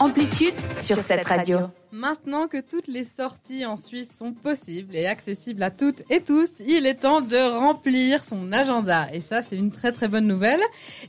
Amplitude sur cette radio. Maintenant que toutes les sorties en Suisse sont possibles et accessibles à toutes et tous, il est temps de remplir son agenda. Et ça, c'est une très très bonne nouvelle.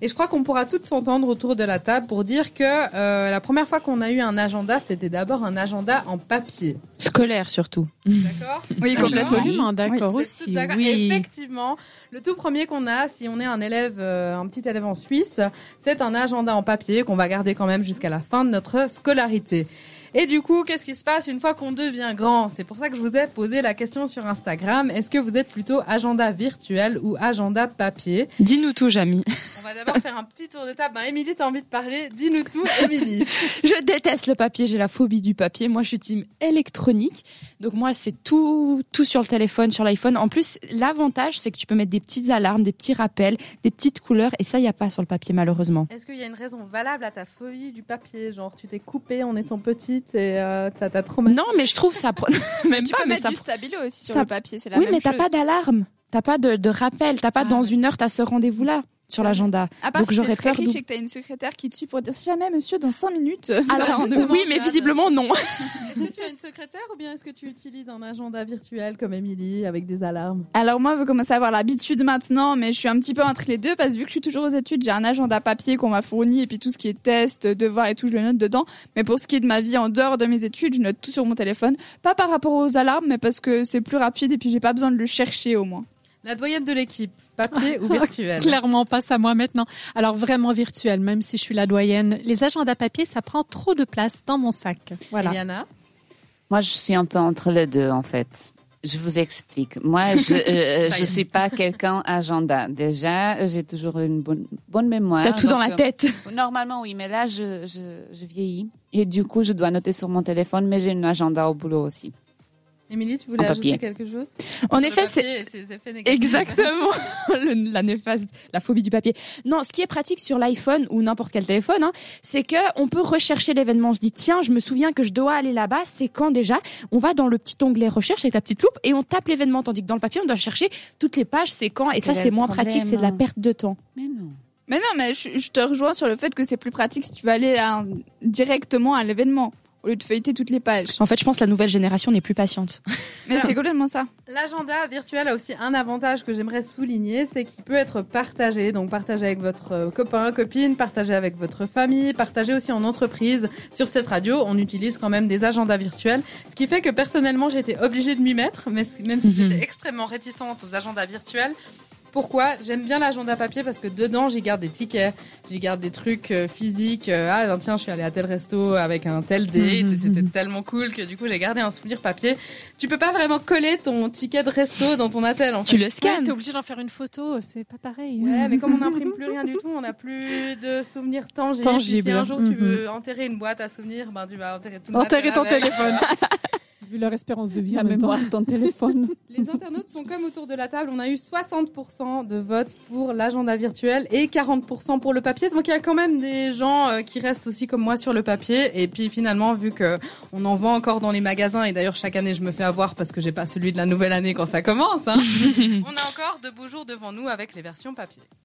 Et je crois qu'on pourra toutes s'entendre autour de la table pour dire que euh, la première fois qu'on a eu un agenda, c'était d'abord un agenda en papier. Scolaire surtout. D'accord Oui, complètement. Absolument, d'accord Vous êtes toutes aussi. d'accord Oui. Effectivement, le tout premier qu'on a, si on est un élève, euh, un petit élève en Suisse, c'est un agenda en papier qu'on va garder quand même jusqu'à la fin de notre scolarité. Et du coup, qu'est-ce qui se passe une fois qu'on devient grand C'est pour ça que je vous ai posé la question sur Instagram. Est-ce que vous êtes plutôt agenda virtuel ou agenda papier Dis-nous tout, Jamy. On va d'abord faire un petit tour de table. Ben, Émilie, t'as envie de parler Dis-nous tout, Émilie. Je déteste le papier, j'ai la phobie du papier. Moi, je suis team électronique. Donc moi, c'est tout, tout sur le téléphone, sur l'iPhone. En plus, l'avantage, c'est que tu peux mettre des petites alarmes, des petits rappels, des petites couleurs. Et ça, il n'y a pas sur le papier, malheureusement. Est-ce qu'il y a une raison valable à ta phobie du papier Genre, tu t'es coupée en étant petite et euh, ça t'a traumatisé Non, mais je trouve ça... pro- Même Tu pas, peux mais mettre ça du stabilo aussi sur ça- le papier, c'est la oui, même mais t'as chose. pas d'alarme, t'as pas de, de rappel, t'as pas Ah dans ouais. une heure t'as ce rendez-vous-là sur Ah ouais. l'agenda. À part Donc si j'aurais t'es très peur riche d'ou- et que t'as une secrétaire qui te tue pour dire si jamais monsieur dans 5 minutes. Alors, Alors, justement, oui, mais Jade. visiblement non. Est-ce que tu as une secrétaire ou bien est-ce que tu utilises un agenda virtuel comme Émilie avec des alarmes alors moi, je commence à avoir l'habitude maintenant, mais je suis un petit peu entre les deux parce que vu que je suis toujours aux études, j'ai un agenda papier qu'on m'a fourni et puis tout ce qui est test, devoirs et tout, je le note dedans. Mais pour ce qui est de ma vie en dehors de mes études, je note tout sur mon téléphone. Pas par rapport aux alarmes, mais parce que c'est plus rapide et puis j'ai pas besoin de le chercher au moins. La doyenne de l'équipe, papier ou virtuel Clairement passe à moi maintenant. Alors vraiment virtuel, même si je suis la doyenne. Les agendas papier, ça prend trop de place dans mon sac. Voilà. Eliana Moi, je suis un peu entre les deux, en fait. Je vous explique. Moi, je euh, Ça y je est. suis pas quelqu'un agenda. Déjà, euh, j'ai toujours une bonne, bonne mémoire. T'as tout dans Donc, la euh, tête. Normalement, oui, mais là, je, je, je vieillis. Et du coup, je dois noter sur mon téléphone, mais j'ai un agenda au boulot aussi. Émilie, tu voulais En papier. ajouter quelque chose En effet, c'est Exactement, Le- la néfaste, la phobie du papier. Non, ce qui est pratique sur l'iPhone ou n'importe quel téléphone, hein, c'est que on peut rechercher l'événement. On se dit tiens, je me souviens que je dois aller là-bas. C'est quand déjà On va dans le petit onglet recherche avec la petite loupe et on tape l'événement, tandis que dans le papier, on doit chercher toutes les pages. C'est quand Et ça, Quel est c'est le moins problème, pratique. C'est de la hein perte de temps. Mais non. Mais non, mais je, je te rejoins sur le fait que c'est plus pratique si tu vas aller à un- directement à l'événement au lieu de feuilleter toutes les pages. En fait, je pense que la nouvelle génération n'est plus patiente. Mais Alors- c'est complètement ça. L'agenda virtuel a aussi un avantage que j'aimerais souligner, c'est qu'il peut être partagé. Donc partagé avec votre euh, copain, copine, partagé avec votre famille, partagé aussi en entreprise. Sur cette radio, on utilise quand même des agendas virtuels, ce qui fait que personnellement, j'ai été obligée de m'y mettre, mais c- même si Mhm. j'étais extrêmement réticente aux agendas virtuels. Pourquoi J'aime bien l'agenda papier parce que dedans, j'y garde des tickets, j'y garde des trucs euh, physiques. Euh, Ah ben, tiens, je suis allée à tel resto avec un tel date Mhm, et c'était mhm. tellement cool que du coup, j'ai gardé un souvenir papier. Tu peux pas vraiment coller ton ticket de resto dans ton attel en fait. Tu le Ouais, scannes. t'es obligé d'en faire une photo, c'est pas pareil. Ouais, mais comme on n'imprime plus rien du tout, on n'a plus de souvenirs tangibles. Tangibles. Puis Si un jour tu Mhm. veux enterrer une boîte à souvenirs, ben tu vas enterrer tout le Enterrer ton matériel avec. téléphone. Vu leur espérance de vie La en même temps. mémoire, ton téléphone. Les internautes sont comme autour de la table. On a eu 60% de votes pour l'agenda virtuel et 40% pour le papier. Donc il y a quand même des gens euh, qui restent aussi comme moi sur le papier. Et puis finalement, vu que on en vend encore dans les magasins, et d'ailleurs chaque année je me fais avoir parce que j'ai pas celui de la nouvelle année quand ça commence, hein, on a encore de beaux jours devant nous avec les versions papier.